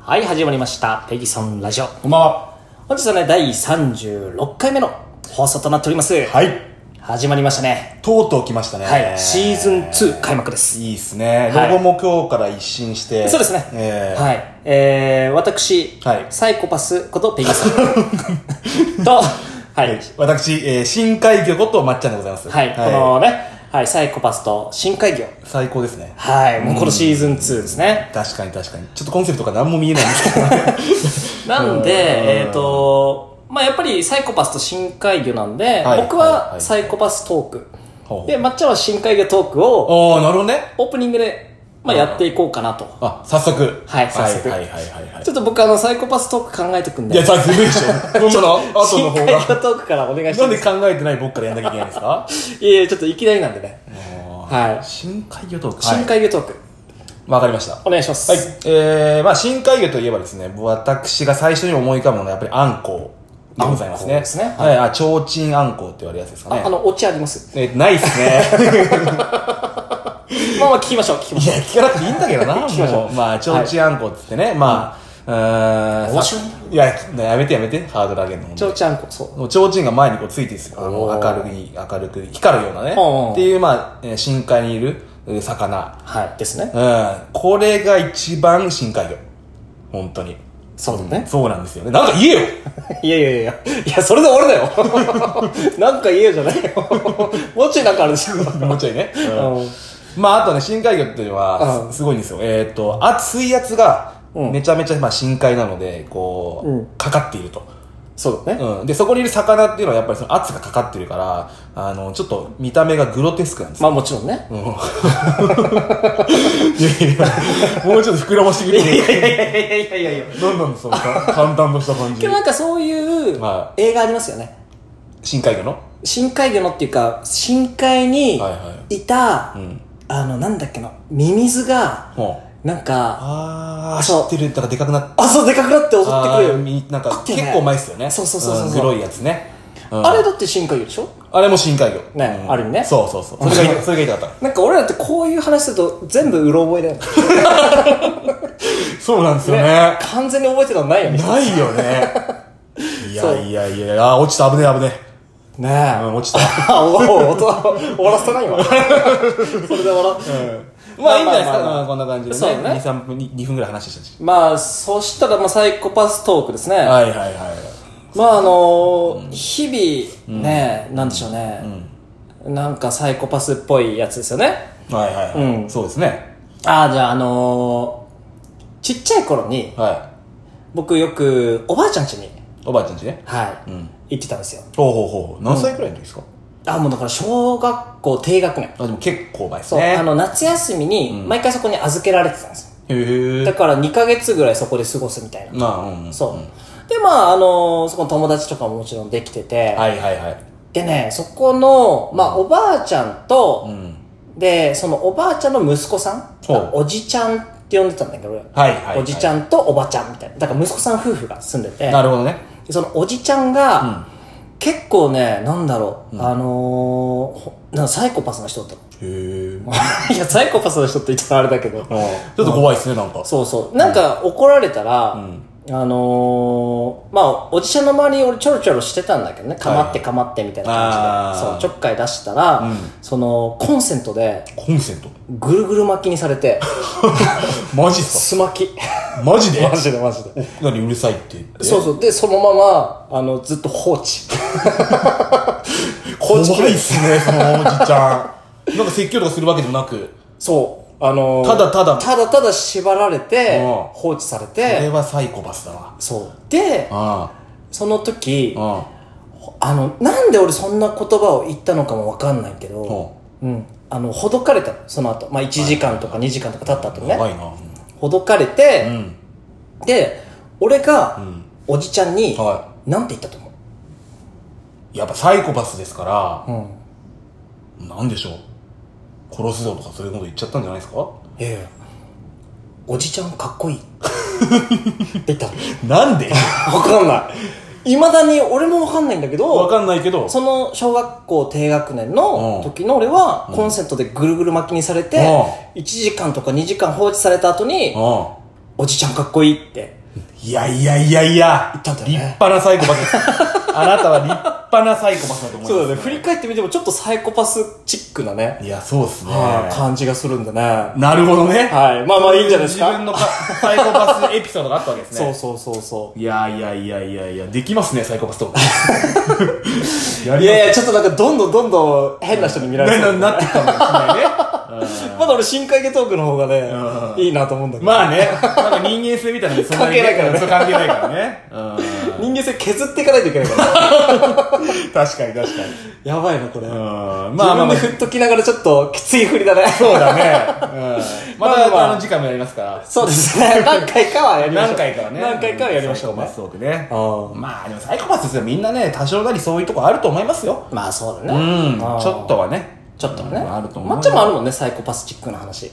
はい、始まりました。ペギソンラジオ。こんばんは。本日はね、第36回目の放送となっております。はい。始まりましたね。とうとう来ましたね。はい、シーズン2開幕です。いいですね。はいロゴも今日から一新して。そうですね。えーはい。えー、私、はいサイコパスことペギソ ンと、はい、私、えー深海魚ことまっちゃんでございます。はい、このね、はい、サイコパスと深海魚。最高ですね。はい、もうこのシーズン2ですね。確かに確かに。ちょっとコンセプトが何も見えないんです けど。なんうんで、えっ、と、まあやっぱりサイコパスと深海魚なんで、はい僕はいははいサイコパストーク。ほうで、抹茶は深海魚トークをおー、なるほどね。オープニングで、まあ、やっていこうかなと。あ、早速。はい早速はいはいはいはいちょっと僕あの、サイコパストーク考えとくんいで。や、早速でし ょ。その後の深方海魚が。トークからお願いしなんまで考えてない僕からやんなきゃいけないんですかす。いやいや、ちょっといきなりなんでね。はい深海魚とか。深海魚トーク、はいわかりました。お願いします。はい。えー、まあ、深海魚といえばですね、私が最初に思い浮かぶのはやっぱりアンコウでございまあすんこうね。ですねはい。あ、ちょうちんあんこうって言われるやつですかねあ。あの、オチあります。えー、ないっすね。まあまあ、聞きましょう、聞きま いしょや、 聞かなくていいんだけどな、聞きましょうもう。まあ、ちょうちんあんこうって言ってね、まあ、うーん。面白いないや、やめてやめて、ハードル上げるの。う。ちょうちゃんこ、そう。もう提灯が前にこうついてるんですよ。あおのー明るい、明るく、光るようなねおー。っていう、まあ、えー深海にいるえー魚。はい。ですね。うん。これが一番深海魚。本当に。そうだね。そうなんですよね。なんか言えよ いやいやいやいや。いや、それで俺だよ。 なんか言えよじゃないよ。もうちょいなんかあるでしょ。もうちょいね。うんまあ、あとね、深海魚っていうのうんは、すすごいんですよ。えっ、と、熱いやつが、うんめちゃめちゃ、まあ、深海なので、こう、うんかかっていると。そうだね。うん。で、そこにいる魚っていうのは、やっぱりその圧がかかってるから、あの、ちょっと見た目がグロテスクなんですよ。まあもちろんね。うん いやいやもうちょっと膨らましてくれる。いやいやいやいやいやいや。どんどんそのか淡々とした感じけど。なんかそういうは映画ありますよね。深海魚の深海魚のっていうか、深海にはいはいた、い。うん。あの、なんだっけな、ミミズが、ほう。なんか、あそうー、知ってる。だからでかくなっあ、そう、でかくなって襲ってくるあーよ。みなん食かってね結構前っすよねそうそうそうそうん黒いやつね、うんあれだって深海魚でしょあれも深海魚ねある意味ねそうそうそうそれが言いそれが言いたかっなんか俺らってこういう話すると全部うろ覚えだよね。たそうなんですよね完全に覚えてたのないよね。ないよ ねいそうやいやいやあー落ちた危ねえ危ねねえうんえ。落ちたあ、おお、音は終わらせたな、今。それで終わら まあいいんじゃないですまあまあまあかうんこんな感じでそうねね23分に2分ぐらい話してたしまあ、そしたら、まあ、サイコパストークですね。はいはいはいまああのー日々ね、なんでしょうね、なんかサイコパスっぽいやつですよねはいはいはい、うんそうですねああじゃああのーちっちゃい頃には僕よくおばあちゃん家にいおばあちゃんちねはい、うん行ってたんですよほうほうほう何歳くらいの時ですか、ああもうだから小学校低学年あでも結構前ですそう、ねあの夏休みに毎回そこに預けられてたんですよ、へだえから2ヶ月ぐらいそこで過ごすみたいな、まあうんそう、でまああのーそこの友達とかももちろんできてて、はいはいはいでねそこのまあおばあちゃんと、うんで、そのおばあちゃんの息子さんほうおじちゃんって呼んでたんだけど、はいはい、はい、おじちゃんとおばちゃんみたいな。だから息子さん夫婦が住んでて、なるほどねでそのおじちゃんが、結構ね、なんだろう、あのーほなんかサイコパスな人 だっへえたの。いや、サイコパスな人って言ったらあれだけど。ちょっと怖いですね、なんか。そうそう。なんか怒られたら、あのーまあ、おじちゃんの周りに俺ちょろちょろしてたんだけどね、かまってかまってみたいな感じで、あーそう、ちょっかい出したら、んその、コンセントで、コンセント。ぐるぐる巻きにされて、マジっすすまき。かマジ でマジでマジで。何うるさいって言って。そうそう。で、そのまま、あの、ずっと放置。放怖置プレいイっすね、そのおじちゃん。なんか説教とかするわけでもなく。そう。あのーただただただただ縛られてうん、放置されこれて、はサイコパスだわ。そう。で、あその時あ。、ああの、なんで俺そんな言葉を言ったのかもわかんないけあ。ど、もうん。あの、ほどかれたのその後。まあ、1時間とか2時間とか経った後うにやばね。いな。ほどかれうて、ん。で、俺がん、おじちゃんに、はなんて言ったと思やっぱサイコパスですかううん。ら、なんでしょう。殺すぞとかそういうこと言っちゃったんじゃないですかいやいやおじちゃんかっこいいって言ったのなんでわかんないいまだに俺もわかんないんだけ わどかんないけど。その小学校低学年うのん時の俺はコンセントでぐるぐる巻きにされて1時間とか2時間放置された後にあおじちゃんかっこいいっていやいやいやいや、言ったんだよね立派なサイコパスです。あなたは立派なサイコパスだと思います、そうだね。振り返ってみてもちょっとサイコパスチックなね、いや、そうですね。はい、感じがするんでね。はい。なるほどね。まあまあいいんじゃないです自分か。のかサイコパスエピソードがあったわけですね。そうそうそうそいやいやいやいやいや、できますね、サイコパストーク。やう。いやいや、ちょっとなんかどんどんどんどん変な人に見られな、る。な、なってきたかもしれないね。 まだ俺深海下トークの方がね、うんいいなと思うんだけど。まあね、なんか人間性みたいなのそんに関係ないからねそう関係ないからね。うん人間性削っていかないといけない から。確かに確かに。やばいな、これ。うんまあま自あま分で、あ振っときながらちょっときつい振りだね。そうだね。うんままあまあた、あの、次回もやりますから。 そうですね。何回かはやりましょう。何回かはね。何回かはやりましょうサイコパねス。トークね。うまあでもサイコパスですよ。みんなね、多少なりそういうとこあると思いますよ。んまあそうだうね。ん。ちょっとはね。ちょっとね。うんあると思うまっちゃんもあるもんね、サイコパスチックな話。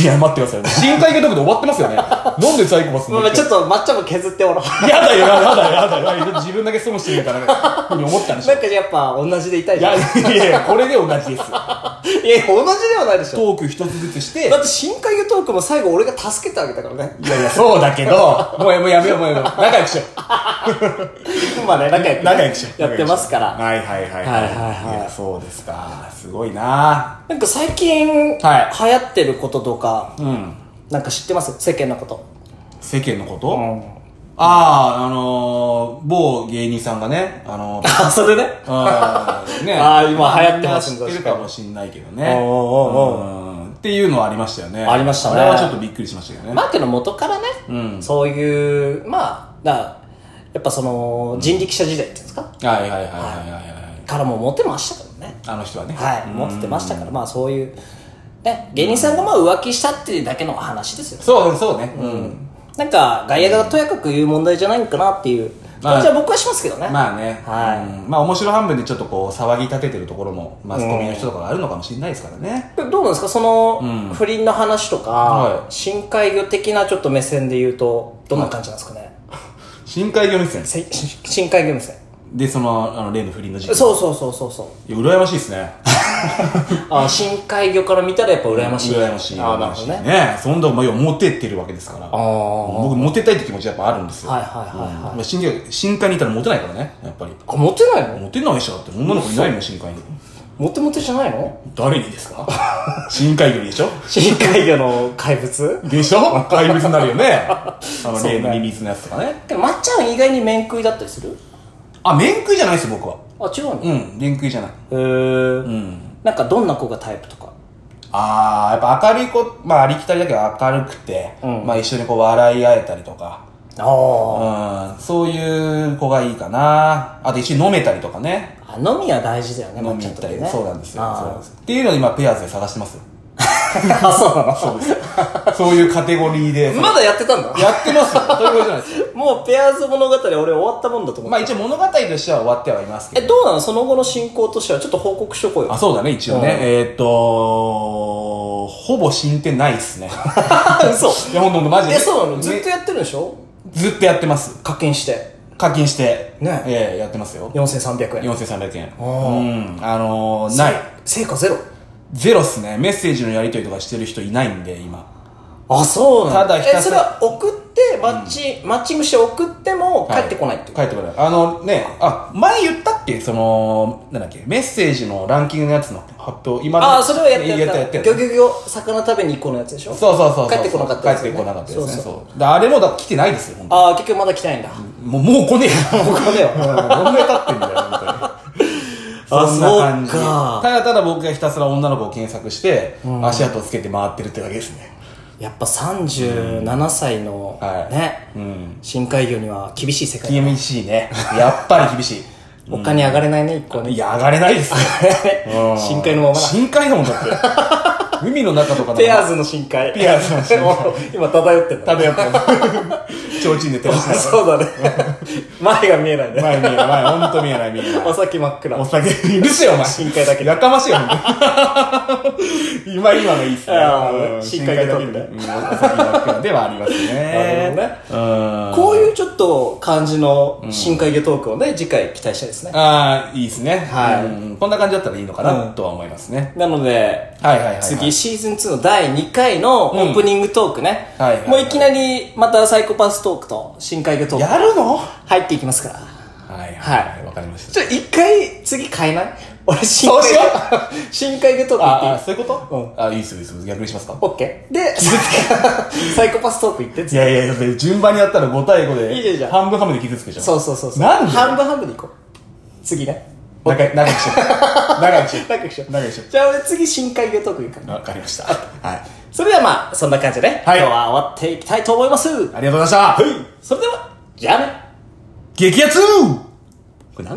いや、待ってください。深海下毒で終わってますよ ね。なんでサイコパスまあまあちょっとまっちゃんも削っておろ う。やだよ、やだよ、やだよやだ よ。自分だけ損してるみたいなふうに思ったんでしなょん。かやっぱ同じでいたいいじゃや、ん。いいやいや、これで同じです。や、同じではないでしょ。トーク一つずつしてだ、って深海魚トークも最後俺が助けてあげたからね。いやいや、そうだけど、もうやもうやめよう、もうやめよう。仲良くしよまあね、仲良くね、う。仲良くしよう。やってますから。はいはいはい。はいはいはいや、そうですか。すごいななんか最近、流はい行ってることとか、うん。なんか知ってます世間のこと。世間のこと、ああ、あのー、某芸人さんがね、あのー、あ、 それね。あーね、あー今流行ってますみんな知ってるかもしんないけどね。おうおううんっていうのはありましたよね。ありましたねあれはちょっとびっくりしましたけどね。マークの元からね、うんそういう、まあ、だからやっぱその、人力車時代っていうんですか、はいはいはいはいはいはい。からもうモテましたからね。あの人はね。はい、モテてましたから、まあそういう、ね、芸人さんがまあ浮気したっていうだけの話ですよ。そう、そうね。うん。なんか、外野がとやかく言う問題じゃないんかなっていうまあ感じは僕はしますけどね。まあね。はいうんまあ面白半分でちょっとこう、騒ぎ立ててるところも、マスコミの人とかがあるのかもしれないですからね。でどうなんですかその、不倫の話とか、はい深海魚的なちょっと目線で言うと、どんな感じなんですかね、深海魚目線。せ深海魚目線。で、その、あの、例の不倫の事件。そうそうそうそうそう。いや、羨ましいですね。あ深海魚から見たらやっぱ羨ましい。羨ましい。あ羨なるましほいどね。ね。そんな、まあ、要はモテてるわけですから。あ僕、モテたいって気持ちやっぱあるんですよ。はいはいはいはいうんまあ深海、深海にいたらモテないからね、やっぱり。あ。あ、モテないのモテないでしょだって女の子いないもん、深海に。モテモテじゃないの誰にで すか深海魚でしょ深海魚の怪物でしょ怪物になるよね。あの、例のリリースのやつとかね。でも、まっちゃん意外に面食いだったりするあ、面食いじゃないですよ、僕は。あ、違うの、うん、面食いじゃない。へーうん。なんかどんな子がタイプとか。あー、やっぱ明るい子、まあありきたりだけど明るくて、うんまあ一緒にこう笑い合えたりとか、あうん、そういう子がいいかな。あと一緒に飲めたりとかね。あ。飲みは大事だよね、ま飲っみちゃ行んっとたかり、ね。そうなんですよ。そうなんあですよっていうのを今ペアーズで探してますよ。 ーあ、そうなのそうです。そういうカテゴリーで。 まだやってたんだ。やってますよ。ということじゃないですよ。 もうペアーズ物語俺終わったもんだと思う。まあ一応物語としては終わってはいますけどえ、。どうなのその後の進行としてはちょっと報告しとこうあ、よ。そうだね、一応うんね。えーっと、ほぼ進展ないっ すね。嘘。 いや、ほんとほんと、マジで。え、そうなのねずっとやってるんでしょずっとやってます。課金して。課金して。ねええやってますよ。 4300円。 4300円。おうん。あのー、ない。成果ゼロゼロっすね。メッセージのやり取りとかしてる人いないんで、今。あそうなんただひたえすそれらは送ってマッチ、マッチングして送っても帰はいってこないっていう、帰ってこない。あのね、あ、前言ったっけその、なんだっけ、メッセージのランキングのやつの発表、今ああそれはやってやったやったギョギョギョ魚食べに行こうのやつでしょそうそうそうそう。帰ってこなかったやつ帰ねってこなかったですね。そうそそうう。だあれもだ来てないですよ、ほんとああ結局まだ来たいんだもう、もう来ねえよ。ここだ ようんどんぐらい経ってんだよ、みたいな。あそんな感じ。そたうかだただ僕がひたすら女の子を検索して、足跡をつけて回ってるってだけですね。やっぱ37歳の、はいね、うん深海魚には厳しい世界厳しいね。やっぱり厳しお金上がれないね一個い。いねや、上がれないですよ。うん深海のままだ深海だもんだって。海の中とかペアーズ。ズの深海ペアーズの深海もう 今漂ってんだ漂ってます。ちょうちんで照らし ながそうだね前が見えないね、ら。前見えない、前、ほんと見えない、見えない。お先真っ暗お酒、許せよ、お前。深海だけやかましいよ、ほんと今、今のいいっすねああ。うん深海だけ深で。うんお酒ばっかりではありますね。なるほどね。こうういうちょっと感じの深海魚トークをね、次回期待したいですねん。。ああ、いいですね。はいうんこんな感じだったらいいのかな、とは思いますね。なので、はいはいはいはい次、シーズン2の第2回のオープニングトークね。はいはいはいもういきなり、またサイコパストークと深海魚トークやるのは入っていきますから。いははいいわかりましたちょ、一回、次変えない俺、深そうしよ海魚、 深海魚トーク行っていいああそういうことあいいっすよいいっすよ逆にしますかオッケーで、 サイコパストーク行ってい。やいやだって順番にやったら5対5でいいじゃんいいじゃん半分半分で傷つくじゃんそうそうそうそう。なんで半分半分で行こう。次ね。仲仲 良くしよう仲良くしよう楽しよう。仲良くしよじゃあ俺次深海魚トーク行くから。うわかりましたはいそれではまあ、そんな感じでね、はい今日は終わっていきたいと思います。ありがとうございましたそれでは、じゃあね。激アツこれ何